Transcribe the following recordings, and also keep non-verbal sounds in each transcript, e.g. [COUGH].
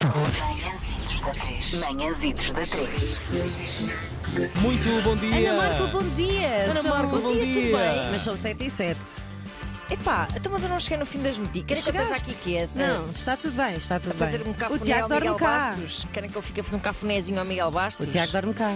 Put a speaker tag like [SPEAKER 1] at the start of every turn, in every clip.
[SPEAKER 1] Manhãzitos da 3. Manhãzitos da 3.
[SPEAKER 2] Muito bom dia!
[SPEAKER 3] Ana Marco, bom dia!
[SPEAKER 2] Ana
[SPEAKER 3] São-
[SPEAKER 2] Marco, bom dia.
[SPEAKER 3] tudo bem? Mas são 7 e 7.
[SPEAKER 4] Epá, então mas eu não cheguei no fim das medidas. Querem que eu esteja
[SPEAKER 3] Chegaste?
[SPEAKER 4] aqui quieta?
[SPEAKER 3] Não, está tudo bem, está tudo Tá bem.
[SPEAKER 4] Fazer um
[SPEAKER 3] o
[SPEAKER 4] cafuné
[SPEAKER 3] Tiago
[SPEAKER 4] ao
[SPEAKER 3] dorme
[SPEAKER 4] Miguel
[SPEAKER 3] cá.
[SPEAKER 4] Bastos. Querem que eu fique a fazer um cafunézinho ao Miguel
[SPEAKER 3] O
[SPEAKER 4] Bastos?
[SPEAKER 3] Tiago dorme cá.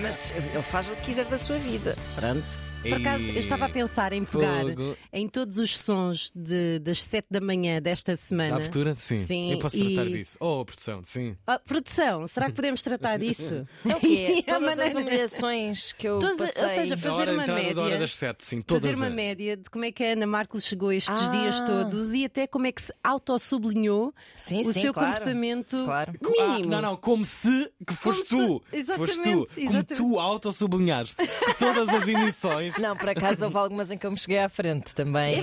[SPEAKER 4] Mas ele faz o que quiser da sua vida.
[SPEAKER 3] Pronto. Por acaso, eu estava a pensar em
[SPEAKER 2] Fogo.
[SPEAKER 3] pegar em todos os sons de- das 7 da manhã desta
[SPEAKER 2] Da
[SPEAKER 3] semana.
[SPEAKER 2] abertura? Sim.
[SPEAKER 3] né? Sim,
[SPEAKER 2] Eu posso
[SPEAKER 3] e-
[SPEAKER 2] tratar disso. Oh, produção, sim.
[SPEAKER 3] Oh, produção, será que podemos tratar disso?
[SPEAKER 4] É o quê?
[SPEAKER 3] [LAUGHS] E a
[SPEAKER 4] Todas as
[SPEAKER 3] maneira-
[SPEAKER 4] humilhações que eu
[SPEAKER 3] Todas- ou
[SPEAKER 4] passei.
[SPEAKER 3] seja,
[SPEAKER 2] Da
[SPEAKER 3] Fazer
[SPEAKER 2] hora
[SPEAKER 3] uma
[SPEAKER 2] então, da hora
[SPEAKER 3] média.
[SPEAKER 2] das sete, sim. Todas
[SPEAKER 3] Fazer uma
[SPEAKER 2] as-
[SPEAKER 3] média de como é que a Ana Marco lhe chegou estes
[SPEAKER 4] Ah.
[SPEAKER 3] dias todos e até como é que se autossublinhou
[SPEAKER 4] Sim,
[SPEAKER 3] o
[SPEAKER 4] sim,
[SPEAKER 3] seu
[SPEAKER 4] claro.
[SPEAKER 3] comportamento
[SPEAKER 4] Claro.
[SPEAKER 2] Ah,
[SPEAKER 3] mínimo.
[SPEAKER 2] não, não, como se que foste
[SPEAKER 3] se-
[SPEAKER 2] tu.
[SPEAKER 3] Exatamente,
[SPEAKER 2] foste tu.
[SPEAKER 3] exatamente.
[SPEAKER 2] Como tu autossublinhaste que todas as
[SPEAKER 3] [LAUGHS]
[SPEAKER 2] emissões.
[SPEAKER 4] Não, por acaso houve algumas em que eu me cheguei à frente também.
[SPEAKER 3] É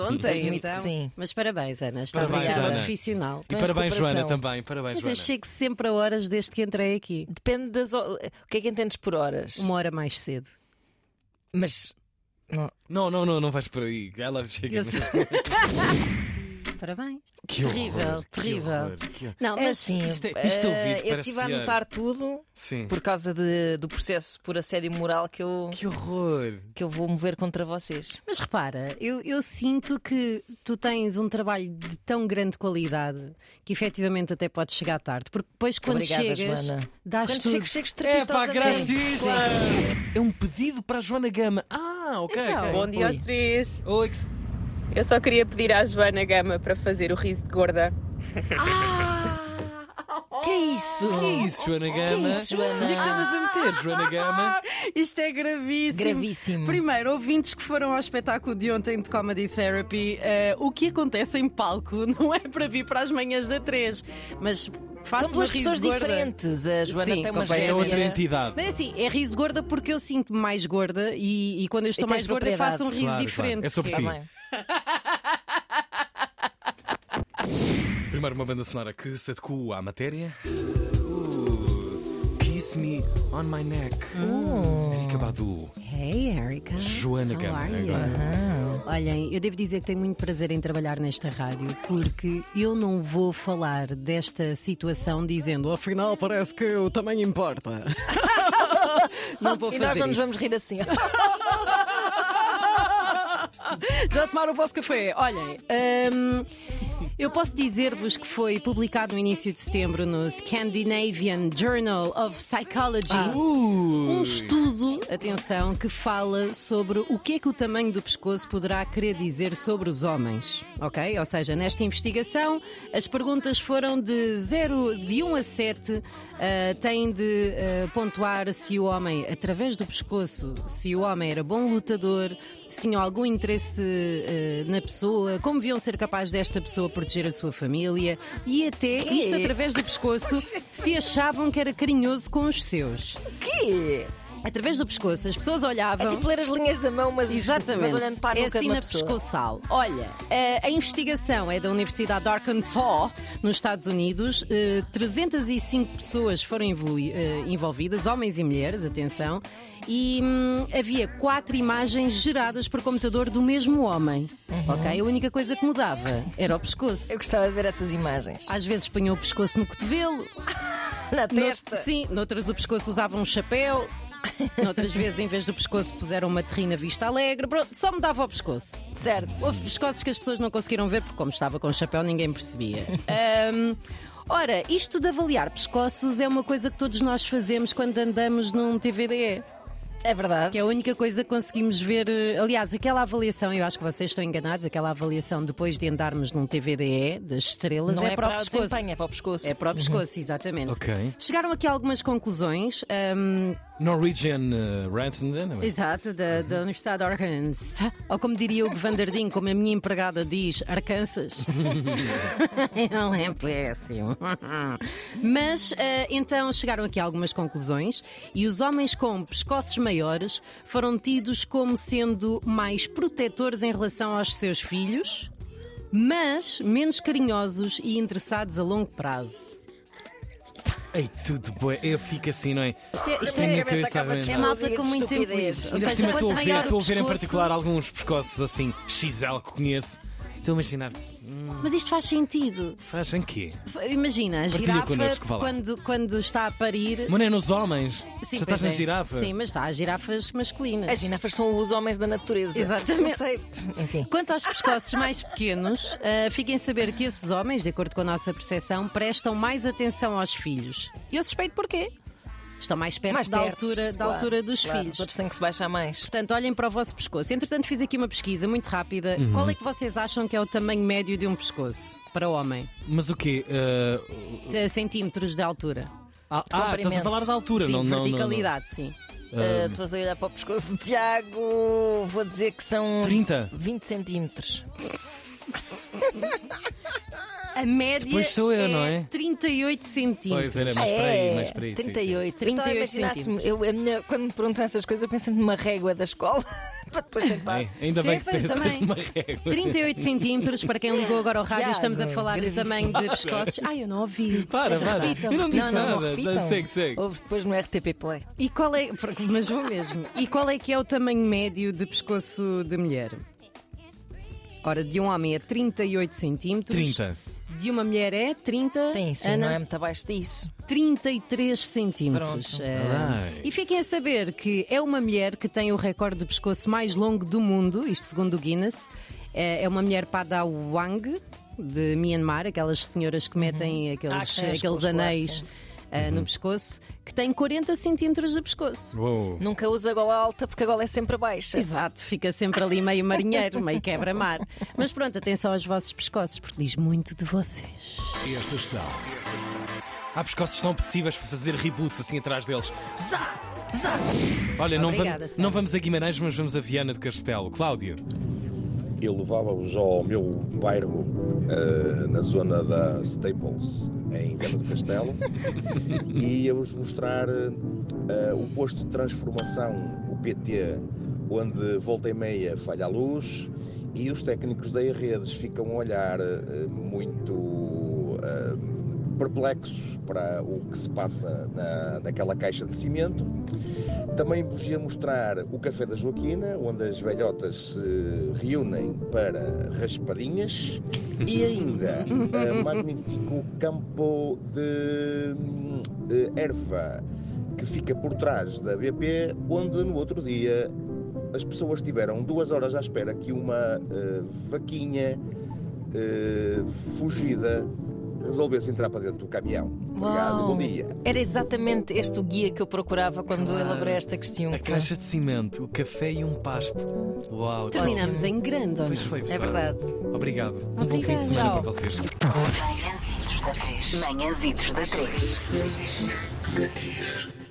[SPEAKER 4] [LAUGHS]
[SPEAKER 3] ontem.
[SPEAKER 4] Admito
[SPEAKER 3] então.
[SPEAKER 4] que sim.
[SPEAKER 3] Mas parabéns, Ana. Está
[SPEAKER 2] Parabéns,
[SPEAKER 3] a ser uma
[SPEAKER 2] Ana.
[SPEAKER 3] profissional.
[SPEAKER 2] E
[SPEAKER 4] Mas
[SPEAKER 2] parabéns, Joana,
[SPEAKER 4] recuperação.
[SPEAKER 2] também. Parabéns,
[SPEAKER 3] Mas eu
[SPEAKER 2] Joana.
[SPEAKER 3] chego sempre a horas desde que entrei aqui.
[SPEAKER 4] Depende das. ho- O que é que entendes por horas?
[SPEAKER 3] Uma hora mais cedo.
[SPEAKER 4] Mas. não-
[SPEAKER 2] Não, não, não, não vais por aí. Ela chega.
[SPEAKER 3] Eu
[SPEAKER 2] [LAUGHS]
[SPEAKER 3] sei. Parabéns.
[SPEAKER 2] Que
[SPEAKER 3] Terrível,
[SPEAKER 2] horror,
[SPEAKER 3] terrível.
[SPEAKER 2] Que horror, que horror.
[SPEAKER 3] Não,
[SPEAKER 4] É
[SPEAKER 3] mas
[SPEAKER 4] assim,
[SPEAKER 2] Isto é- isto
[SPEAKER 4] eh,
[SPEAKER 2] ouvir
[SPEAKER 4] eu
[SPEAKER 2] parece
[SPEAKER 4] estive a
[SPEAKER 2] pior.
[SPEAKER 4] anotar tudo
[SPEAKER 2] Sim.
[SPEAKER 4] por causa de- do processo por assédio moral que eu,
[SPEAKER 2] Que horror.
[SPEAKER 4] que eu vou mover contra vocês.
[SPEAKER 3] Mas repara, eu, eu sinto que tu tens um trabalho de tão grande qualidade que efetivamente até podes chegar tarde. Porque depois quando
[SPEAKER 4] Obrigada,
[SPEAKER 3] chegas,
[SPEAKER 4] Joana.
[SPEAKER 3] dás
[SPEAKER 4] Quando
[SPEAKER 3] tudo.
[SPEAKER 4] chego, chego
[SPEAKER 2] É pá,
[SPEAKER 4] estrepitosamente.
[SPEAKER 2] graçíssima!
[SPEAKER 4] Claro.
[SPEAKER 2] É um pedido para a Joana Gama. Ah, ok.
[SPEAKER 3] Então.
[SPEAKER 2] ok.
[SPEAKER 5] Bom dia aos
[SPEAKER 4] Ui.
[SPEAKER 5] três.
[SPEAKER 2] Oi, que se-
[SPEAKER 5] Eu só queria pedir à Joana Gama para fazer o riso de gorda.
[SPEAKER 4] Que
[SPEAKER 3] Oh,
[SPEAKER 4] isso?
[SPEAKER 2] Oh, Que é isso, Joana Gama?
[SPEAKER 4] isso, Joana?
[SPEAKER 2] Onde é que andas a meter, Joana Gama?
[SPEAKER 3] Isto é gravíssimo.
[SPEAKER 4] Ah, Gravíssimo.
[SPEAKER 3] Primeiro, ouvintes que foram ao espetáculo de ontem de Comedy Therapy, eh, o que acontece em palco [LAUGHS] não é para vir para as manhãs da 3, mas faço
[SPEAKER 4] São duas pessoas
[SPEAKER 3] gorda.
[SPEAKER 4] diferentes. A Joana
[SPEAKER 3] Sim,
[SPEAKER 4] tem uma
[SPEAKER 3] completamente.
[SPEAKER 2] É outra
[SPEAKER 4] gêmea.
[SPEAKER 2] entidade.
[SPEAKER 3] Mas assim, é riso gorda porque eu sinto-me mais gorda e, e quando eu estou
[SPEAKER 4] E tens
[SPEAKER 3] mais gorda eu faço um
[SPEAKER 4] propriedade.
[SPEAKER 3] riso
[SPEAKER 2] Claro,
[SPEAKER 3] diferente.
[SPEAKER 2] claro. É sobre
[SPEAKER 3] que
[SPEAKER 2] ti.
[SPEAKER 4] Tá bem.
[SPEAKER 2] Primeiro, uma banda sonora que se adequa à matéria. Uh, Kiss Me on My Neck. Erika Badu.
[SPEAKER 3] Hey, Erika.
[SPEAKER 2] Joana
[SPEAKER 3] How
[SPEAKER 2] Gama,
[SPEAKER 3] are you?
[SPEAKER 2] agora.
[SPEAKER 3] Olhem, eu devo dizer que tenho muito prazer em trabalhar nesta rádio porque eu não vou falar desta situação dizendo afinal parece que eu também [LAUGHS] importa. não vou
[SPEAKER 4] E nós
[SPEAKER 3] fazer
[SPEAKER 4] não nos
[SPEAKER 3] isso.
[SPEAKER 4] vamos rir
[SPEAKER 3] [LAUGHS]
[SPEAKER 4] assim.
[SPEAKER 3] Já tomaram o vosso café? Olhem, hum, eu posso dizer-vos que foi publicado no início de setembro no Scandinavian Journal of Psychology. Um estudo, atenção, que fala sobre o que é que o tamanho do pescoço poderá querer dizer sobre os homens, ok? Ou seja, nesta investigação, as perguntas foram de 0, de 1 a 7, ah, têm de ah, pontuar se o homem, através do pescoço, se o homem era bom lutador, se tinham algum interesse ah, na pessoa, como deviam ser capazes desta pessoa proteger a sua família e até, isto através do pescoço, se achavam que era carinhoso com os seus.
[SPEAKER 4] que?
[SPEAKER 3] Através do pescoço, as pessoas
[SPEAKER 4] É
[SPEAKER 3] olhavam.
[SPEAKER 4] tipo ler as linhas da mão, mas, mas olhando para a
[SPEAKER 3] é
[SPEAKER 4] nuca
[SPEAKER 3] assim
[SPEAKER 4] de uma
[SPEAKER 3] na
[SPEAKER 4] pessoa.
[SPEAKER 3] pescoçal. Olha, eh, a investigação é da Universidade de Arkansas, nos Estados Unidos. Eh, 305 pessoas foram evolui- eh, envolvidas, homens e mulheres, atenção. E hum, havia quatro imagens geradas por computador do mesmo homem. Ok? A única coisa que mudava era o pescoço.
[SPEAKER 4] Uhum. Eu gostava de ver essas imagens.
[SPEAKER 3] Às vezes punham o pescoço no cotovelo,
[SPEAKER 4] Na
[SPEAKER 3] Nout-
[SPEAKER 4] testa.
[SPEAKER 3] Ah, Sim, noutras o pescoço usava um chapéu. [LAUGHS] Noutras vezes, em vez do pescoço, puseram uma terrina vista alegre. Pronto, só mudava o pescoço.
[SPEAKER 4] Certo.
[SPEAKER 3] Houve pescoços que as pessoas não conseguiram ver, porque, como estava com o chapéu, ninguém percebia. Ahm, ora, isto de avaliar pescoços é uma coisa que todos nós fazemos quando andamos num TVDE.
[SPEAKER 4] É verdade.
[SPEAKER 3] Que é a única coisa que conseguimos ver. eh, Aliás, aquela avaliação, eu acho que vocês estão enganados, aquela avaliação depois de andarmos num TVDE das estrelas
[SPEAKER 4] Não
[SPEAKER 3] é,
[SPEAKER 4] é,
[SPEAKER 3] para o
[SPEAKER 4] o
[SPEAKER 3] pescoço.
[SPEAKER 4] desempenho, é para o pescoço.
[SPEAKER 3] É para o pescoço, exatamente.
[SPEAKER 2] Ok.
[SPEAKER 3] Chegaram aqui algumas conclusões. hum,
[SPEAKER 2] Norwegian uh, Ransom, não é?
[SPEAKER 3] exato, da, da Universidade de Arkansas. Ou como diria o Vandardinho, como a minha empregada diz, Arkansas. Ele é péssimo. Mas eh, então chegaram aqui algumas conclusões e os homens com pescoços maiores foram tidos como sendo mais protetores em relação aos seus filhos, mas menos carinhosos e interessados a longo prazo.
[SPEAKER 2] Ei, tudo bem. Eu fico assim, não é?
[SPEAKER 3] Isto é, isto
[SPEAKER 2] A
[SPEAKER 3] é-
[SPEAKER 2] minha cabeça acaba de
[SPEAKER 3] é
[SPEAKER 2] explodir
[SPEAKER 3] malta com muito tempo livre.
[SPEAKER 4] Estupidez.
[SPEAKER 3] Ou
[SPEAKER 2] Ainda por
[SPEAKER 3] seja,
[SPEAKER 2] cima estou
[SPEAKER 3] quanto
[SPEAKER 2] a ver,
[SPEAKER 3] maior o
[SPEAKER 2] estou a ver em
[SPEAKER 3] pescoço-
[SPEAKER 2] particular alguns pescoços assim, XL que conheço. Estou a imaginar.
[SPEAKER 3] Mas isto faz sentido.
[SPEAKER 2] Faz em quê?
[SPEAKER 3] F- Imagina, a
[SPEAKER 2] Partilha
[SPEAKER 3] girafa,
[SPEAKER 2] connosco, vá lá.
[SPEAKER 3] quando, quando está a parir.
[SPEAKER 2] Mano, é nos homens.
[SPEAKER 3] Sim,
[SPEAKER 2] Já
[SPEAKER 3] pois
[SPEAKER 2] estás na
[SPEAKER 3] é.
[SPEAKER 2] girafa.
[SPEAKER 3] Sim, mas está, há girafas masculinas.
[SPEAKER 4] As girafas são os homens da natureza.
[SPEAKER 3] Exatamente.
[SPEAKER 4] Não sei. Enfim.
[SPEAKER 3] Quanto aos pescoços mais pequenos, ah, fiquem a saber que esses homens, de acordo com a nossa percepção, prestam mais atenção aos filhos. E eu suspeito porquê. Estão mais perto,
[SPEAKER 4] é Mais
[SPEAKER 3] da,
[SPEAKER 4] perto,
[SPEAKER 3] altura, da
[SPEAKER 4] claro,
[SPEAKER 3] altura dos
[SPEAKER 4] claro,
[SPEAKER 3] filhos.
[SPEAKER 4] Todos têm que se baixar mais.
[SPEAKER 3] Portanto, olhem para o vosso pescoço. Entretanto, fiz aqui uma pesquisa muito rápida.
[SPEAKER 2] Uhum.
[SPEAKER 3] Qual é que vocês acham que é o tamanho médio de um pescoço para homem?
[SPEAKER 2] Mas o quê? Uh,
[SPEAKER 3] De é centímetros de altura.
[SPEAKER 2] ah, ah, estás a falar da altura,
[SPEAKER 3] sim,
[SPEAKER 2] não, não, não, não.
[SPEAKER 3] verticalidade, sim.
[SPEAKER 4] Ah, Estou a olhar para o pescoço do Tiago. Vou dizer que são
[SPEAKER 2] 30.
[SPEAKER 4] 20 centímetros.
[SPEAKER 3] A média
[SPEAKER 2] Depois sou eu, não é?
[SPEAKER 3] 38 centímetros.
[SPEAKER 2] Pois era,
[SPEAKER 4] Ah,
[SPEAKER 3] Ah,
[SPEAKER 2] mas para
[SPEAKER 4] é?
[SPEAKER 3] é,
[SPEAKER 2] aí, mas para aí. sim, sim.
[SPEAKER 4] 38. Eu estava a
[SPEAKER 3] 38
[SPEAKER 4] imaginar-se- Eu, a minha- quando me perguntam essas coisas, eu penso numa régua da escola [LAUGHS] para depois tentar.
[SPEAKER 2] Bem, É, ainda bem que
[SPEAKER 3] Sim,
[SPEAKER 2] pensas
[SPEAKER 3] também.
[SPEAKER 2] uma régua.
[SPEAKER 3] 38 centímetros, para quem ligou agora ao rádio,
[SPEAKER 4] Tiago,
[SPEAKER 3] estamos a falar do
[SPEAKER 4] gravíssimo.
[SPEAKER 3] tamanho de pescoços. Ai, eu não ouvi.
[SPEAKER 2] Para,
[SPEAKER 3] Mas
[SPEAKER 2] para.
[SPEAKER 3] repitam,
[SPEAKER 2] Eu não disse
[SPEAKER 3] repitam.
[SPEAKER 2] nada. dá- segue, segue.
[SPEAKER 4] Ouves depois no RTP Play.
[SPEAKER 3] E qual é. [LAUGHS] porque- Mas vou mesmo. E qual é que é o tamanho médio de pescoço de mulher? Ora, de um homem é 38 centímetros.
[SPEAKER 2] 30.
[SPEAKER 3] De uma mulher é 30.
[SPEAKER 4] Sim, sim,
[SPEAKER 3] Ana,
[SPEAKER 4] não é muito abaixo disso.
[SPEAKER 3] 33 centímetros.
[SPEAKER 4] Pronto.
[SPEAKER 3] É.
[SPEAKER 2] Alright.
[SPEAKER 3] E fiquem a saber que é uma mulher que tem o recorde de pescoço mais longo do mundo, isto segundo o Guinness. É é uma mulher Padawang de Myanmar, aquelas senhoras que metem
[SPEAKER 4] Ah,
[SPEAKER 3] aqueles,
[SPEAKER 4] que têm os
[SPEAKER 3] aqueles
[SPEAKER 4] colares,
[SPEAKER 3] anéis
[SPEAKER 4] sim.
[SPEAKER 3] ah, no pescoço, que tem 40 centímetros de pescoço.
[SPEAKER 2] Uou.
[SPEAKER 4] Nunca usa a gola alta porque a gola é sempre baixa.
[SPEAKER 3] Exato, fica sempre ali meio marinheiro, meio quebra-mar. Mas pronto, atenção aos vossos pescoços, porque diz muito de vocês.
[SPEAKER 2] Estas são. Há pescoços tão apetecíveis para fazer reboot assim atrás deles. Zá! Zá! Olha, não,
[SPEAKER 3] Obrigada,
[SPEAKER 2] vamos,
[SPEAKER 3] Sara.
[SPEAKER 2] não vamos a Guimarães, mas vamos a Viana do Castelo. Cláudio,
[SPEAKER 6] Eu levava-os ao meu bairro, eh, na zona da Staples, em Viana do Castelo, e ia-vos mostrar eh, o posto de transformação, o PT, onde volta e meia falha a luz e os técnicos da redes ficam a olhar eh, muito eh, perplexos para o que se passa na, naquela caixa de cimento. Também vos ia mostrar o Café da Joaquina, onde as velhotas se reúnem para raspadinhas, e ainda o magnífico campo de hum, eh, erva que fica por trás da BP, onde no outro dia as pessoas tiveram duas horas à espera que uma eh, vaquinha eh, fugida resolvesse entrar para dentro do caminhão. Obrigado, e
[SPEAKER 4] Uau.
[SPEAKER 6] bom dia.
[SPEAKER 4] Era exatamente este o guia que eu procurava quando
[SPEAKER 2] Claro.
[SPEAKER 4] elaborei esta
[SPEAKER 3] é
[SPEAKER 4] questão.
[SPEAKER 2] a caixa de cimento, o café e um pasto. Uau,
[SPEAKER 3] Terminamos em grande, ou
[SPEAKER 2] Pois
[SPEAKER 3] não?
[SPEAKER 2] foi,
[SPEAKER 4] É
[SPEAKER 2] pessoal.
[SPEAKER 4] verdade.
[SPEAKER 2] Obrigado. Um bom fim de
[SPEAKER 3] Obrigada.
[SPEAKER 2] semana
[SPEAKER 4] Tchau.
[SPEAKER 2] para vocês.
[SPEAKER 1] Manhãzitos da 3. Manhãzitos da 3.